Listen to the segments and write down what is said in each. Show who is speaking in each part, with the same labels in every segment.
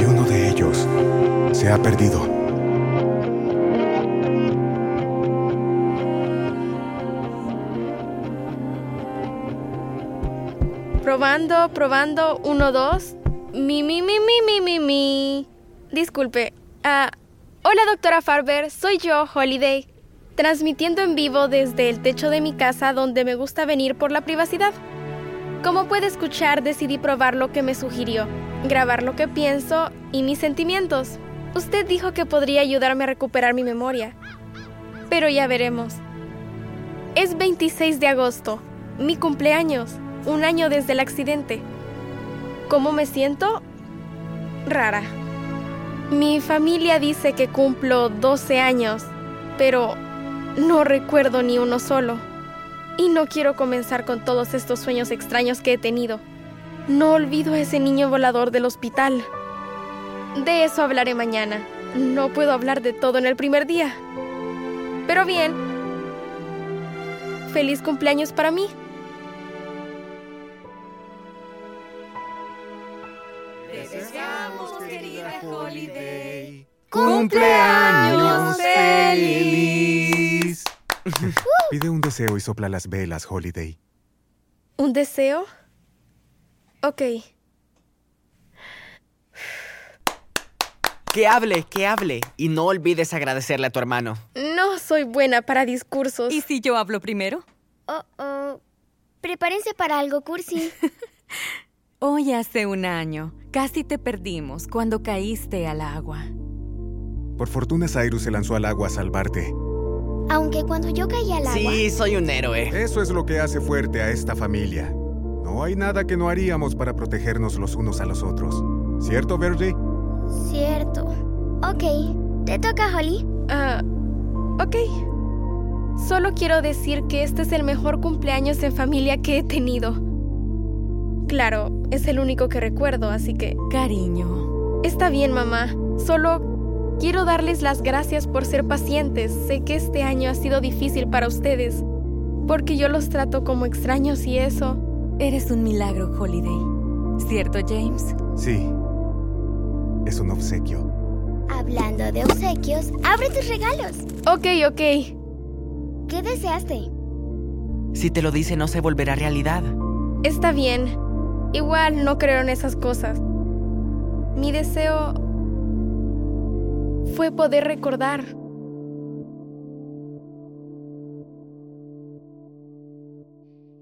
Speaker 1: Y uno de ellos se ha perdido.
Speaker 2: Probando, probando, uno, dos. Mi, mi, mi, mi, mi, mi, mi. Disculpe. Ah, hola, doctora Farber. Soy yo, Holiday. Transmitiendo en vivo desde el techo de mi casa donde me gusta venir por la privacidad. Como puede escuchar, decidí probar lo que me sugirió, grabar lo que pienso y mis sentimientos. Usted dijo que podría ayudarme a recuperar mi memoria. Pero ya veremos. Es 26 de agosto, mi cumpleaños, un año desde el accidente. ¿Cómo me siento? Rara. Mi familia dice que cumplo 12 años, pero no recuerdo ni uno solo. Y no quiero comenzar con todos estos sueños extraños que he tenido. No olvido a ese niño volador del hospital. De eso hablaré mañana. No puedo hablar de todo en el primer día. Pero bien. Feliz cumpleaños para mí.
Speaker 3: ¡Cumpleaños
Speaker 1: feliz! Pide un deseo y sopla las velas, Holiday.
Speaker 2: ¿Un deseo? Ok.
Speaker 3: Que hable, que hable. Y no olvides agradecerle a tu hermano.
Speaker 2: No soy buena para discursos.
Speaker 4: ¿Y si yo hablo primero?
Speaker 5: Oh, oh. Prepárense para algo cursi.
Speaker 4: Hoy hace un año, casi te perdimos cuando caíste al agua.
Speaker 1: Por fortuna, Cyrus se lanzó al agua a salvarte.
Speaker 5: Aunque cuando yo caí al agua,
Speaker 3: Sí, soy un héroe.
Speaker 1: Eso es lo que hace fuerte a esta familia. No hay nada que no haríamos para protegernos los unos a los otros. ¿Cierto, Verdi?
Speaker 5: cierto. Ok, te toca, Holly.
Speaker 2: Ah, ok. Solo quiero decir que este es el mejor cumpleaños en familia que he tenido. Claro, es el único que recuerdo, así que...
Speaker 4: Cariño,
Speaker 2: Está bien, mamá. Solo quiero darles las gracias por ser pacientes. Sé que este año ha sido difícil para ustedes, porque yo los trato como extraños y eso.
Speaker 4: eres un milagro, Holiday. ¿Cierto, James?
Speaker 1: Sí. Es un obsequio.
Speaker 5: Hablando de obsequios, abre tus regalos.
Speaker 2: Ok, ok.
Speaker 5: ¿Qué deseaste?
Speaker 3: Si te lo dice, no se volverá realidad.
Speaker 2: Está bien. Igual no creo en esas cosas. Mi deseo fue poder recordar.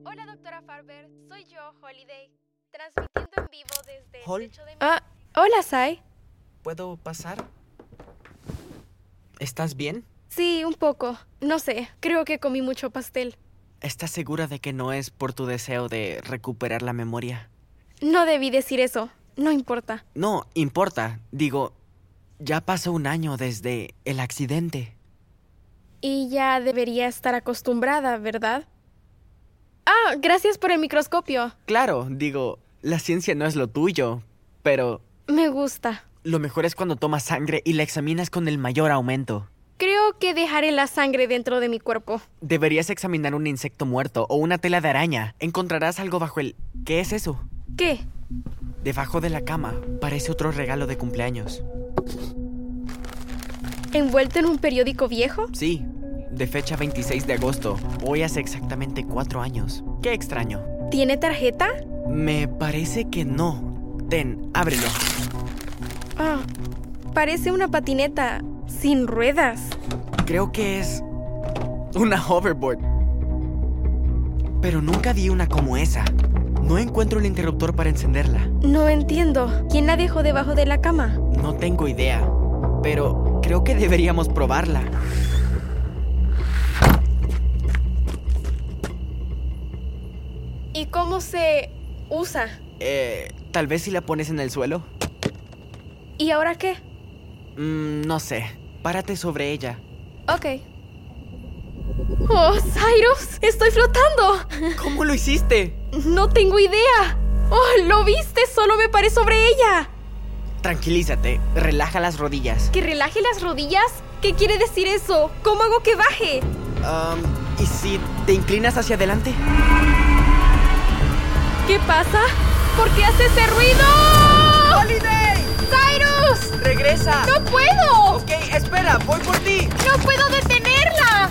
Speaker 2: Hola, doctora Farber. Soy yo, Holiday, transmitiendo en vivo desde
Speaker 3: el Hol- techo
Speaker 2: de Ah, hola, Sai.
Speaker 3: ¿Puedo pasar? ¿Estás bien?
Speaker 2: Sí, un poco. No sé, creo que comí mucho pastel.
Speaker 3: ¿Estás segura de que no es por tu deseo de recuperar la memoria?
Speaker 2: No debí decir eso. No importa.
Speaker 3: No, importa. Digo, ya pasó un año desde el accidente.
Speaker 2: Y ya debería estar acostumbrada, ¿verdad? Ah, gracias por el microscopio.
Speaker 3: Claro, digo, la ciencia no es lo tuyo, pero
Speaker 2: Me gusta.
Speaker 3: lo mejor es cuando tomas sangre y la examinas con el mayor aumento.
Speaker 2: Creo que dejaré la sangre dentro de mi cuerpo.
Speaker 3: Deberías examinar un insecto muerto o una tela de araña. Encontrarás algo bajo el... ¿Qué es eso?
Speaker 2: ¿Qué?
Speaker 3: Debajo de la cama. Parece otro regalo de cumpleaños.
Speaker 2: ¿Envuelto en un periódico viejo?
Speaker 3: Sí, de fecha 26 de agosto. Hoy hace exactamente cuatro años. Qué extraño.
Speaker 2: ¿Tiene tarjeta?
Speaker 3: Me parece que no. Ten, ábrelo.
Speaker 2: Ah, parece una patineta sin ruedas.
Speaker 3: Creo que es... Una hoverboard. Pero nunca vi una como esa. No encuentro el interruptor para encenderla.
Speaker 2: No entiendo. ¿Quién la dejó debajo de la cama?
Speaker 3: No tengo idea, pero creo que deberíamos probarla.
Speaker 2: ¿Y cómo se usa?
Speaker 3: Eh, tal vez si la pones en el suelo.
Speaker 2: ¿Y ahora qué?
Speaker 3: Mm, no sé. Párate sobre ella.
Speaker 2: Ok. ¡Oh, Cyrus! ¡Estoy flotando!
Speaker 3: ¿Cómo lo hiciste?
Speaker 2: ¡No tengo idea! ¡Oh, lo viste! ¡Solo me paré sobre ella!
Speaker 3: Tranquilízate. Relaja las rodillas.
Speaker 2: ¿Que relaje las rodillas? ¿Qué quiere decir eso? ¿Cómo hago que baje?
Speaker 3: Am, Um, ¿Y si te inclinas hacia adelante?
Speaker 2: ¿Qué pasa? ¿Por qué hace ese ruido?
Speaker 3: ¡Holiday!
Speaker 2: ¡Cyrus!
Speaker 3: ¡Regresa!
Speaker 2: ¡No puedo!
Speaker 3: Ok, espera, voy por ti.
Speaker 2: ¡No puedo detenerla!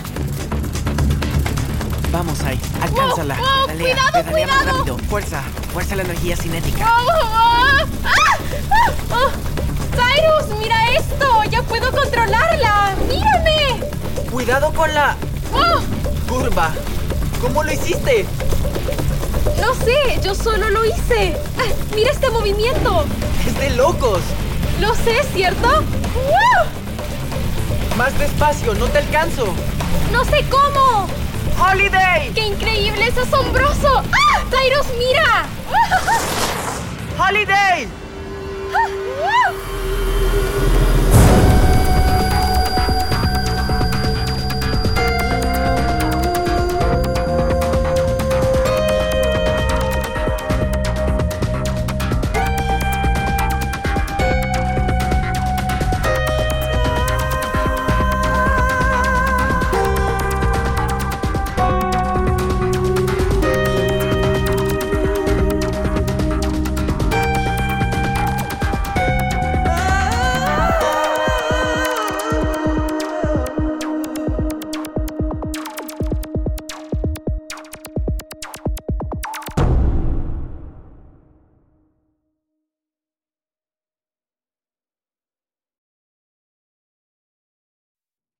Speaker 3: Vamos ahí, alcánzala.
Speaker 2: wow,
Speaker 3: Pedalea,
Speaker 2: Oh, cuidado,
Speaker 3: pedalea más
Speaker 2: cuidado.
Speaker 3: rápido. Fuerza, fuerza la energía cinética.
Speaker 2: ¡Oh, oh, ah, ah, oh! ¡Cyrus, mira esto! ¡Ya puedo controlarla! ¡Mírame!
Speaker 3: Cuidado con la
Speaker 2: ¡Oh!
Speaker 3: curva. ¿Cómo lo hiciste?
Speaker 2: No sé, yo solo lo hice. Ah, ¡Mira este movimiento!
Speaker 3: Es de locos.
Speaker 2: Lo sé, ¿cierto? ¡Wow!
Speaker 3: Más despacio, no te alcanzo.
Speaker 2: ¡No sé cómo!
Speaker 3: Holiday,
Speaker 2: ¡Qué increíble! ¡Es asombroso! ¡Ah! ¡Cyrus, mira!
Speaker 3: Holiday.